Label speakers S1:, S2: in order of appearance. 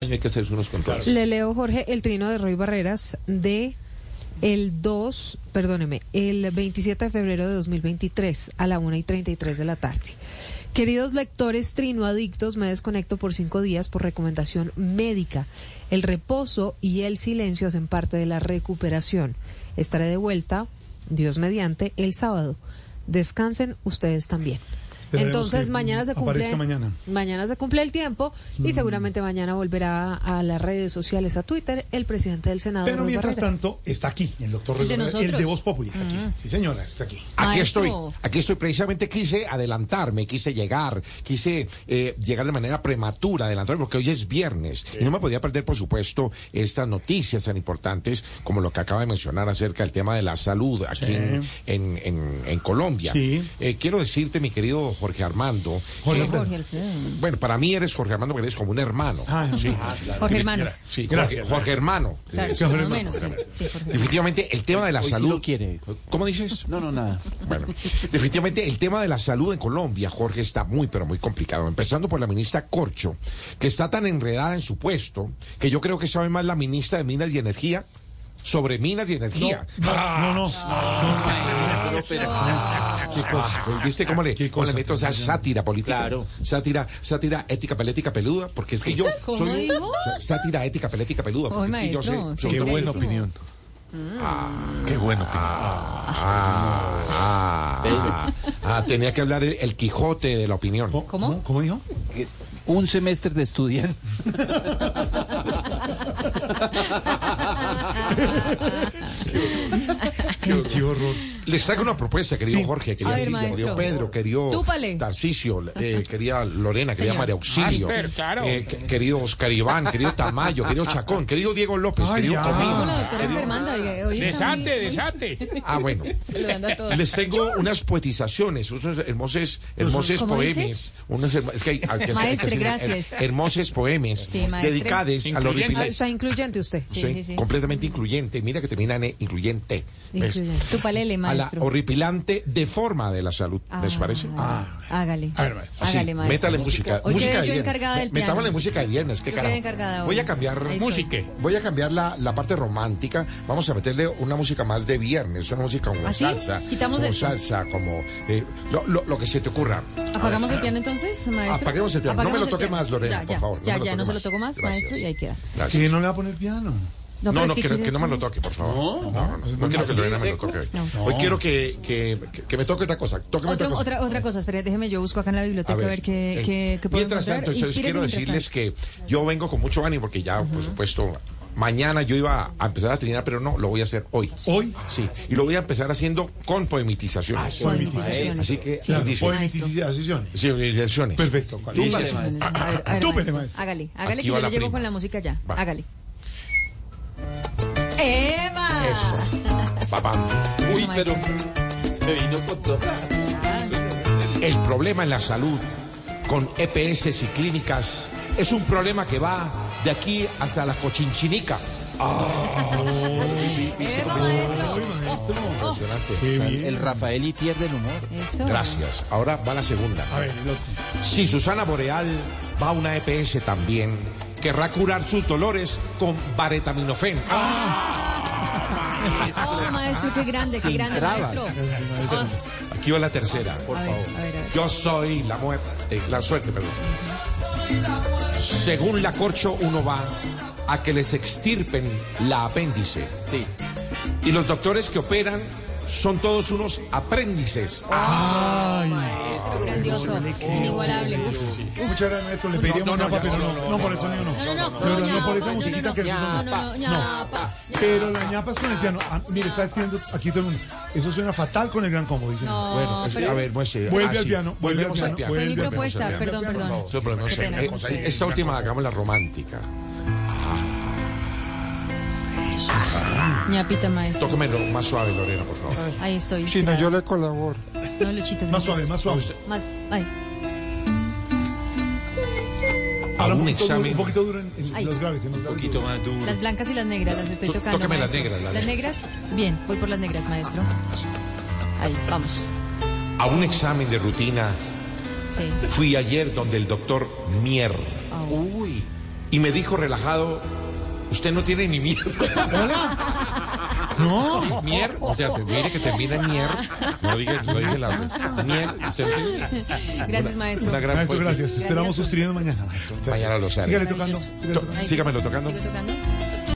S1: año hay que hacerse unos controles.
S2: Le leo, Jorge, el trino de Roy Barreras de el 2, perdóneme, el 27 de febrero de 2023 a la 1 y 33 de la tarde. Queridos lectores trinoadictos, me desconecto por cinco días por recomendación médica. El reposo y el silencio hacen parte de la recuperación. Estaré de vuelta, Dios mediante, el sábado. Descansen ustedes también.
S3: Esperemos
S2: Entonces
S3: que
S2: mañana se cumple
S3: aparezca mañana.
S2: mañana se cumple el tiempo y seguramente mañana volverá a las redes sociales, a Twitter, el presidente del Senado.
S3: Pero
S2: Roy
S3: mientras
S2: Barreras.
S3: tanto, está aquí el doctor Roy
S4: De
S3: Barreras, el
S4: nosotros.
S3: de Voz Populi, está aquí. Sí, señora, está aquí.
S1: Aquí
S4: Maestro.
S1: estoy, aquí estoy. Precisamente quise adelantarme, quise llegar, quise eh, llegar de manera prematura, adelantarme, porque hoy es viernes. Y no me podía perder, por supuesto, estas noticias tan importantes como lo que acaba de mencionar acerca del tema de la salud aquí en, en- en- en Colombia.
S3: Sí.
S1: Eh, quiero decirte, mi querido Jorge Armando,
S3: Jorge
S1: que-
S3: Armando.
S4: Jorge Alfredo.
S1: bueno, para mí eres Jorge Armando, porque eres como un hermano.
S3: Ah,
S1: sí.
S3: ah, claro.
S4: Jorge hermano.
S1: Sí, Jorge,
S3: Gracias,
S1: Jorge hermano.
S4: Claro,
S3: Jorge
S4: más o
S3: Alfredo.
S4: menos. sí, sí, Jorge.
S1: Definitivamente, el tema de la
S5: Hoy sí
S1: salud.
S5: lo quiere.
S1: ¿Cómo dices?
S5: No, no, nada.
S1: Bueno, definitivamente el tema de la salud en Colombia, Jorge, está muy, pero muy complicado. Empezando por la ministra Corcho, que está tan enredada en su puesto, que yo creo que sabe más la ministra de Minas y Energía sobre Minas y Energía.
S3: No, no, no.
S1: Ah, pues, ¿Viste cómo le,
S3: Qué
S1: cómo le
S3: cosa
S1: meto esa sátira política?
S5: Claro.
S1: Sátira, sátira ética, pelética, peluda, porque es que yo
S4: ¿Cómo
S1: soy un-
S4: dijo?
S1: sa- sátira ética, pelética, peluda, porque es
S4: Ay,
S1: que yo
S4: maestro,
S1: soy- soy
S4: qué
S1: un-
S4: buena opinión.
S3: Qué bueno.
S1: Ah, ah, ah, tenía que hablar el, el Quijote de la opinión.
S3: ¿Cómo? ¿Cómo dijo?
S5: Un semestre de estudiar.
S3: Qué, qué horror.
S1: Les traigo una propuesta, querido
S3: Sí.
S1: Jorge,
S4: A
S1: querido
S4: ver,
S1: Silvia,
S4: maestro.
S1: querido Pedro, querido
S4: Túpale.
S1: Tarcicio, eh, querida Lorena, querida
S4: Señor.
S1: María Auxilio,
S6: Master, Ah, claro.
S1: eh, que- querido Oscar Iván, querido Tamayo, querido Chacón, querido Diego López,
S3: Ay,
S1: querido
S3: ya.
S1: Comino.
S4: Como la doctora Fernanda, oiga, hoy está muy-
S6: Desate, desate.
S1: Ah, bueno.
S4: Se lo manda a todos.
S1: Les tengo unas poetizaciones, unos hermosos, hermosos
S4: ¿Cómo
S1: poemas.
S4: dices?
S1: Unos hermo- es que hay, hay que hacer-
S4: Maestre,
S1: hay que hacer-
S4: gracias.
S1: Hermosos poemas
S4: Sí, maestre.
S1: dedicados a los
S2: Ah,
S6: Incluyente.
S1: horripiles.
S2: Está incluyente usted.
S4: Sí,
S1: Sí,
S4: sí, sí.
S1: completamente incluyente. Mira que termina en e, incluyente. ¿ves?
S2: Incluyente.
S4: Tu palele,
S1: A la
S4: maestro.
S1: horripilante deforma de la salud, ¿les parece?
S4: Ah, hágale.
S3: A ver, maestro.
S1: Sí,
S4: Hágale, maestro.
S1: Métale música.
S4: Hoy
S1: música
S4: quedé
S1: de
S4: yo
S1: viernes.
S4: encargada del
S1: Me- Metámosle
S4: piano.
S1: música de viernes, qué
S4: Yo
S1: carajo.
S4: quedé encargada hoy.
S1: Voy a cambiar.
S4: Ahí estoy.
S6: Música.
S1: Voy a cambiar la, la parte romántica. Vamos a meterle una música más de viernes, una música como
S4: ¿Ah, sí?
S1: salsa.
S4: Quitamos
S1: como
S4: esto.
S1: salsa, como eh, lo, lo- lo que se te ocurra.
S4: ¿Apagamos el piano entonces, maestro?
S1: Apaguemos el piano. No me lo
S4: el
S1: toque
S4: piano.
S1: más, Lorena,
S4: Ya,
S1: por
S4: ya,
S1: favor.
S4: Ya,
S1: me
S4: ya,
S1: toque
S4: no se lo toco más,
S1: Gracias.
S4: maestro, y ahí queda.
S1: Gracias.
S3: ¿Qué no le va a poner piano?
S1: No, no,
S4: pero es
S1: quiero
S4: quiere-
S1: que no me lo toque, por favor. No, no, no, no quiero que
S5: ¿Así de
S1: Lorena me lo
S5: seco?
S1: toque hoy.
S4: No.
S1: Hoy quiero que, que, que- que me toque otra cosa. Tóqueme
S4: Otro-
S1: otra cosa.
S4: otra, otra cosa, espere, déjeme, yo busco acá en la biblioteca a ver, qué,
S1: eh,
S4: qué, qué puedo
S1: Mientras tanto,
S4: encontrar.
S1: entonces,
S4: Inspírese
S1: quiero
S4: mientras
S1: decirles que yo vengo con mucho ánimo porque ya, por supuesto, mañana yo iba a empezar a trinar, pero no, lo voy a hacer hoy.
S4: Oh.
S3: Hoy.
S1: Sí, y lo voy a empezar haciendo con poemitizaciones.
S4: Ah, Poemitizaciones.
S1: Así que,
S3: Claro,
S1: dice-
S3: hoy mi decisión.
S1: sí, poemitizaciones.
S3: Perfecto.
S1: Dice- "Ah,
S3: Túpale, maestro.
S4: tanto. A ver, a ver,
S3: Tú, pues,
S4: maestro,
S3: maestro.
S4: Hágale, hágale,
S1: Aquí
S4: que yo
S1: va
S4: le
S1: la
S4: llevo
S1: prima.
S4: con la música ya.
S1: Va.
S4: Hágale. ¡Eva!
S1: Eso. Papá.
S5: Uy,
S4: Eso,
S5: pero se vino con todo.
S1: El problema en la salud con EPS y clínicas es un problema que va de aquí hasta la cochinchinica.
S4: Ah, oh, ¡Eva, maestro! Oh, oh.
S3: Qué bien.
S5: El Rafael Itier del humor.
S4: Eso.
S1: Gracias. Ahora va la segunda.
S3: A ver, el otro.
S1: Si Susana Boreal va a una EPS también, querrá curar sus dolores con baretaminofen.
S4: Oh, maestro, qué grande, qué
S5: Sin
S4: grande,
S5: trabas.
S4: maestro.
S1: Ah, Aquí va la tercera.
S4: A ver, a ver, a ver.
S1: Yo soy la muerte, la suerte, perdón. Según la corcho, uno va a que les extirpen la apéndice.
S5: Sí.
S1: Y los doctores que operan son todos unos apréndices. Ah,
S4: Maestro, grandioso, inigualable. Uf.
S3: Muchas gracias, maestro. Le pediríamos
S1: no,
S3: ñapa,
S1: ya,
S3: pero
S1: no,
S3: no,
S1: no,
S3: no, por eso ni uno.
S4: No, no, no,
S3: De verdad,
S4: no,
S3: no por esa
S4: ñapa,
S3: musiquita
S4: no,
S3: que
S4: no,
S3: no.
S4: no, no, ñapa,
S3: Pero la ñapa es con el piano. Ah, mire, está escribiendo aquí todo el mundo. Eso suena fatal con el gran combo, dicen.
S4: No,
S1: Bueno, es-
S4: pero-
S1: a ver, Moisés,
S3: Oh, Vuelve
S1: ah, sí,
S3: al piano, vuelve
S1: volvemos
S3: al
S1: al
S3: piano,
S1: piano.
S4: Fue mi
S3: vuelve al piano,
S4: propuesta,
S3: volvemos al
S4: perdón,
S3: piano,
S4: perdón.
S3: por
S1: Esto, pero no
S4: Qué
S1: sé,
S4: pena.
S1: eh, esta última hagámosla romántica.
S4: Ñapita, maestro.
S1: Tócamelo más suave, Lorena, por favor.
S3: Ah,
S4: Ahí estoy.
S5: le colaboro.
S4: No, Luchito,
S3: Más
S4: gracias.
S3: suave, más suave.
S4: Más- ay,
S3: Ahora
S1: Un
S3: un poquito duro,
S1: examen.
S3: un poquito duro en, en
S4: Ay.
S3: los graves. En los graves.
S5: más duro.
S4: Las blancas y las negras las estoy
S1: Tó-
S4: tocando.
S1: tócame las
S4: maestro.
S1: negras, Ah, las
S4: Las negras, bien, voy por las negras, maestro. Ahí, vamos.
S1: A un examen de rutina
S4: Sí.
S3: Oh.
S1: fui ayer donde el doctor Mier.
S4: Ah,
S5: Uy.
S1: y me dijo relajado, usted no tiene ni miedo.
S3: No.
S1: Mier, o sea, te- mire que termina en mier. No dije, lo dije la Mier, usted no tiene-
S4: Gracias, maestro.
S1: Una gran
S3: Maestro,
S1: poesía.
S3: gracias. Esperamos sus trinos mañana, maestro.
S1: Mañana lo sabe.
S3: Sígale tocando.
S4: Maravilloso.
S3: sígale tocando.
S1: Sígamelo tocando.
S4: ¿Sigo tocando?